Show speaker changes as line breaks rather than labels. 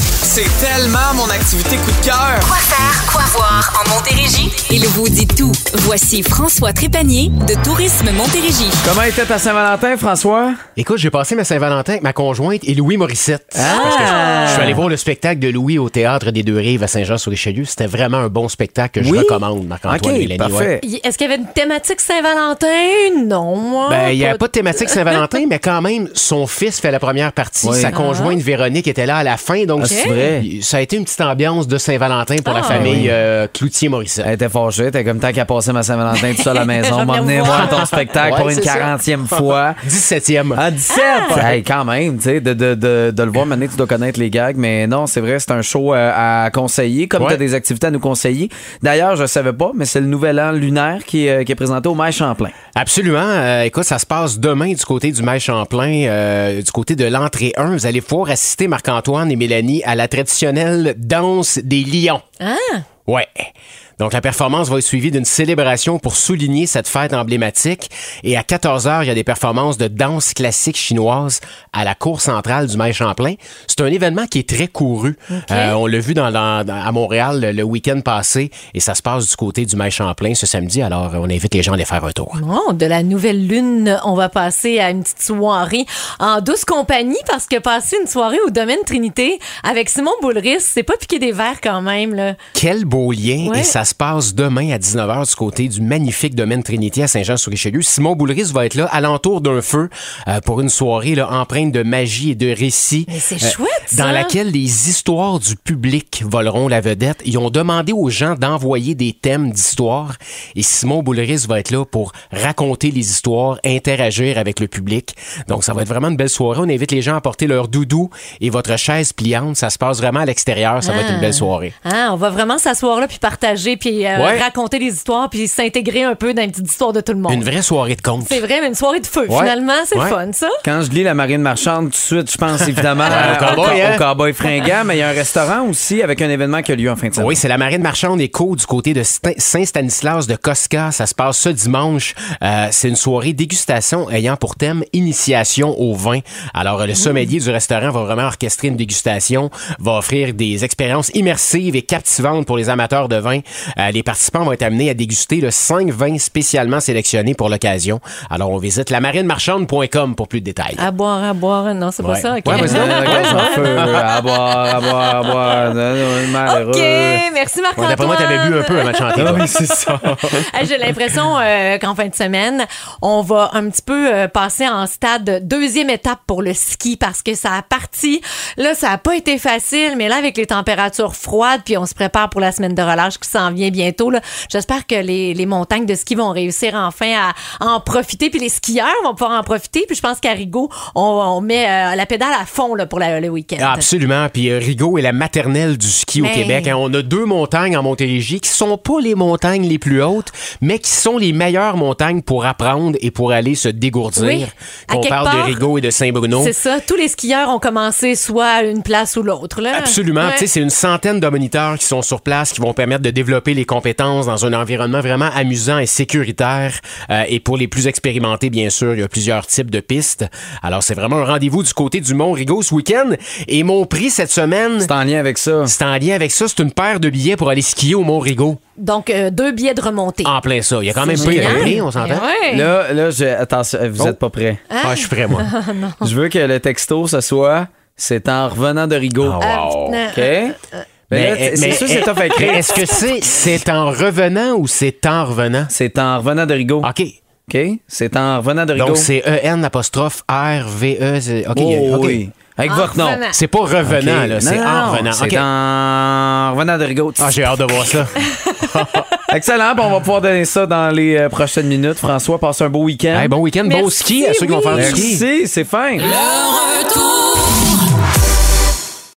C'est tellement mon activité coup de cœur.
Quoi faire, quoi voir en Montérégie?
Il vous dit tout. Voici François Trépanier de Tourisme Montérégie.
Comment était ta Saint-Valentin, François?
Écoute, j'ai passé ma Saint-Valentin avec ma conjointe et Louis Morissette.
Ah!
Parce que je- je suis allé voir le spectacle de Louis au Théâtre des Deux-Rives à Saint-Jean-sur-Richelieu. C'était vraiment un bon spectacle que je
Oui?
recommande, Marc-Antoine
OK,
et Mélanie,
parfait.
ouais.
Y- Est-ce qu'il y avait une thématique Saint-Valentin? Non, moi.
Ben, il n'y
Oh,
avait pas de thématique Saint-Valentin, mais quand même, son fils fait la première partie.
Oui.
Sa conjointe Véronique était là à la fin. Donc,
Ah, c'est vrai. Ah,
ça a été une petite ambiance de Saint-Valentin pour la famille euh, Cloutier-Morissette.
Elle était fâchée, t'es comme tant qu'à passer ma Saint-Valentin tout seul à la maison,
venir
m'emmener
vous
voir ton spectacle pour
Ouais,
une
c'est ça.
40e fois.
17e.
À 17! Hey, quand même, tu sais, de, de, de, de le voir maintenant, tu dois connaître les gags, mais non, c'est vrai, c'est un show euh, à conseiller, comme
Ouais.
tu as des activités à nous conseiller. D'ailleurs, je savais pas, mais c'est le nouvel an lunaire qui, est- euh, qui est présenté au Mail Champlain.
Absolument. Euh, écoute, ça se passe demain du côté du Mail Champlain, euh, du côté de l'entrée 1. Vous allez pouvoir assister Marc-Antoine et Mélanie à la traditionnelle danse des lions. Ah! Ouais. Donc, la performance va être suivie d'une célébration pour souligner cette fête emblématique. Et à 14h, il y a des performances de danse classique chinoise à la cour centrale du Mail Champlain. C'est un événement qui est très couru. Euh, on l'a vu dans, la- dans- à Montréal le, le week-end passé et ça se passe du côté du Mail Champlain ce samedi. Alors, on invite les gens à aller faire un tour.
Bon, de la nouvelle lune, on va passer à une petite soirée en douce compagnie parce que passer une soirée au domaine Trinité avec Simon Boulris, c'est pas piquer des verres quand même. Là.
Quel beau lien!
Ouais.
Et ça se passe demain à 19h du côté du magnifique domaine Trinité à Saint-Jean-sur-Richelieu. Simon Boulris va être là, alentour d'un feu, euh, pour une soirée là, empreinte de magie et de récits. euh,
Mais c'est chouette, ça.
Dans laquelle les histoires du public voleront la vedette. Ils ont demandé aux gens d'envoyer des thèmes d'histoire. Et Simon Boulris va être là pour raconter les histoires, interagir avec le public. Donc, ça va être vraiment une belle soirée. On invite les gens à porter leur doudou et votre chaise pliante. Ça se passe vraiment à l'extérieur. Ça va être une belle soirée.
Hein, on va vraiment s'asseoir là puis partager puis euh,
Ouais.
raconter les histoires puis s'intégrer un peu dans les petites histoires de tout le monde.
Une vraie soirée de conte.
C'est vrai, mais une soirée de feu
Ouais.
finalement, c'est le
Ouais.
fun ça.
Quand je lis la Marine Marchande, tout de suite, je pense évidemment euh, au,
cowboy,
co-
hein?
au cowboy fringant, mais il y a un restaurant aussi avec un événement qui a lieu en fin de semaine.
Ah Oui, c'est la marine marchande éco du côté de St- Saint-Stanislas de Cosca. Ça se passe ce dimanche. Euh, c'est une soirée dégustation ayant pour thème initiation au vin. Alors,
Mmh.
euh, le sommelier du restaurant va vraiment orchestrer une dégustation, va offrir des expériences immersives et captivantes pour les amateurs de vin. Euh, les participants vont être amenés à déguster le 5 vins spécialement sélectionnés pour l'occasion. Alors, on visite la marinemarchande.com pour plus de détails.
À boire, à boire, non, c'est pas
Ouais.
ça. ok.
Ouais, mais c'est un gaz en feu, à boire, à boire, à boire, euh, malheureux.
OK, merci
Ouais, D'après
Marc-Antoine.
moi, t'avais bu un peu avant de chanter. toi.
Hey, J'ai l'impression euh, qu'en fin de semaine, on va un petit peu euh, passer en stade deuxième étape pour le ski parce que ça a parti. Là, ça a pas été facile, mais là, avec les températures froides, puis on se prépare pour la semaine de relâche qui s'en vient bientôt. là, J'espère que les, les montagnes de ski vont réussir enfin à en profiter, puis les skieurs vont pouvoir en profiter. Puis je pense qu'à Rigaud, on, on met euh, la pédale à fond là, pour la- le week-end.
Ah, Absolument. Puis euh, Rigaud est la maternelle du ski au
Mais-
Québec. hein. On a deux montagnes en Montérégie qui sont pas les montagnes les plus hautes, mais qui sont les meilleures montagnes pour apprendre et pour aller se dégourdir.
Oui. À
Qu'on
quelque
parle
part,
de Rigaud et de Saint-Bruno.
C'est ça. Tous les skieurs ont commencé soit une place ou l'autre. là.
Absolument.
Ouais.
Tu sais, c'est une centaine de moniteurs qui sont sur place, qui vont permettre de développer les compétences dans un environnement vraiment amusant et sécuritaire. Euh, et pour les plus expérimentés, bien sûr, il y a plusieurs types de pistes. Alors, c'est vraiment un rendez-vous du côté du Mont Rigaud ce week-end. Et mon prix cette semaine.
C'est en lien avec ça.
C'est en lien avec ça, c'est une paire de billets pour aller skier au Mont Rigaud.
Donc, euh, deux billets de remontée.
En plein ça. Il y a quand même
C'est
pas
génial.
de on s'entend?
Eh ouais.
Là, là, je... attention, euh, vous
Oh.
êtes pas prêts.
Ah, je suis prêt, moi.
Ben
Ah.
Je veux que le texto, ce soit c'est en revenant de Rigaud.
Ah, non.
OK? Mais, là, c'est- c'est sûr, c'est tough à
eh, mais eh,
écrire.
est-ce que c'est c'est en revenant ou c'est en revenant?
C'est en revenant de Rigaud.
OK.
OK? C'est en revenant de Rigaud.
Donc, c'est E-N apostrophe R-V-E. OK.
Oh,
OK.
oui. Avec
En
votre nom.
revenant.
C'est pas revenant,
OK.
là. C'est
Non,
en
non,
revenant.
C'est
OK.
en revenant de Rigaud.
Ah, j'ai hâte de voir ça.
Excellent. Bon, on va pouvoir donner ça dans les euh, prochaines minutes. François, passe un beau week-end.
Hey, bon week-end, bon
Merci,
ski à ceux qui vont faire du ski.
Merci, c'est fin.
Retour.